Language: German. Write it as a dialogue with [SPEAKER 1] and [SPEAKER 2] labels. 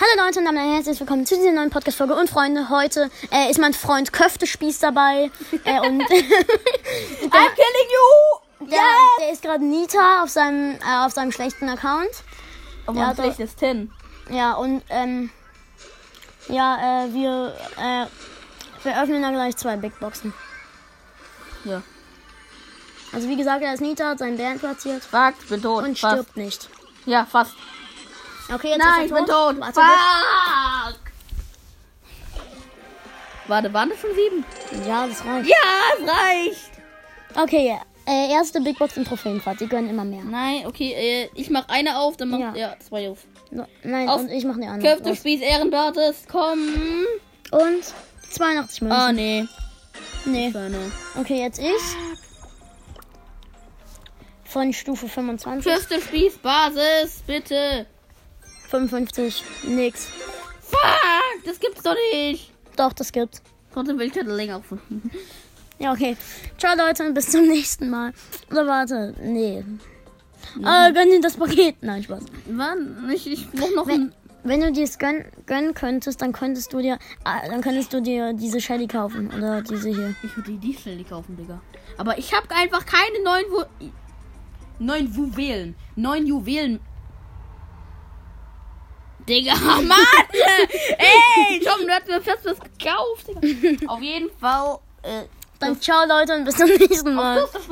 [SPEAKER 1] Hallo Leute und damit herzlich willkommen zu dieser neuen Podcast-Folge. Und Freunde, heute äh, ist mein Freund Köftespieß dabei. Äh, und
[SPEAKER 2] I'm killing you!
[SPEAKER 1] der, der ist gerade Nita auf seinem, äh, auf seinem schlechten Account.
[SPEAKER 2] Aber
[SPEAKER 1] Ja,
[SPEAKER 2] ja, schlecht ist Tin.
[SPEAKER 1] Ja, und ähm, ja, äh, wir, äh, wir öffnen dann gleich zwei Big Boxen.
[SPEAKER 2] Ja.
[SPEAKER 1] Also wie gesagt, er ist Nita, hat seinen Bären platziert
[SPEAKER 2] Fakt, ich bin tot.
[SPEAKER 1] und
[SPEAKER 2] fast.
[SPEAKER 1] stirbt nicht.
[SPEAKER 2] Ja, fast.
[SPEAKER 1] Okay, jetzt
[SPEAKER 2] Nein,
[SPEAKER 1] ist
[SPEAKER 2] ich
[SPEAKER 1] er
[SPEAKER 2] bin tot. Ah.
[SPEAKER 1] Warte,
[SPEAKER 2] Fuck! Warte, waren das schon sieben?
[SPEAKER 1] ja, das reicht.
[SPEAKER 2] Ja, es reicht!
[SPEAKER 1] Okay, ja. Äh, erste Big Box im Trophäenfahrt. Die gönnen immer mehr.
[SPEAKER 2] Nein, okay, äh, ich mach eine auf, dann macht
[SPEAKER 1] Ja.
[SPEAKER 2] ja. zwei auf.
[SPEAKER 1] So, nein,
[SPEAKER 2] Auf
[SPEAKER 1] und ich mache eine andere.
[SPEAKER 2] Köftespieß Ehrenbartes, komm!
[SPEAKER 1] Und 82 Münzen.
[SPEAKER 2] Ah, nee.
[SPEAKER 1] nee.
[SPEAKER 2] Keine.
[SPEAKER 1] Okay, jetzt ich. Von Stufe 25.
[SPEAKER 2] Köftespieß Basis, bitte!
[SPEAKER 1] 55. Nix.
[SPEAKER 2] Fuck! Das gibt's doch nicht!
[SPEAKER 1] Doch, das gibt's.
[SPEAKER 2] Trotzdem will ich keine länger aufmachen.
[SPEAKER 1] Ja, okay. Ciao, Leute, und bis zum nächsten Mal. Oder warte, nee. Ah, gönn dir das Paket. Nein, Spaß.
[SPEAKER 2] Mann, ich, ich brauch noch
[SPEAKER 1] Wenn,
[SPEAKER 2] ein.
[SPEAKER 1] wenn du dir es gönn, gönnen könntest, dann könntest du dir, ah, dann könntest du dir diese Shelly kaufen. Oder diese hier.
[SPEAKER 2] Ich würde die Diesel nicht kaufen, Digga. Aber ich habe einfach keine neuen Wu neuen Juwelen. Neun Juwelen. Digga, Mann! Ey, Tom, du hast mir fast was gekauft, Digga. Auf jeden Fall. Äh,
[SPEAKER 1] Dann ciao, Leute, und bis zum nächsten Mal.
[SPEAKER 2] das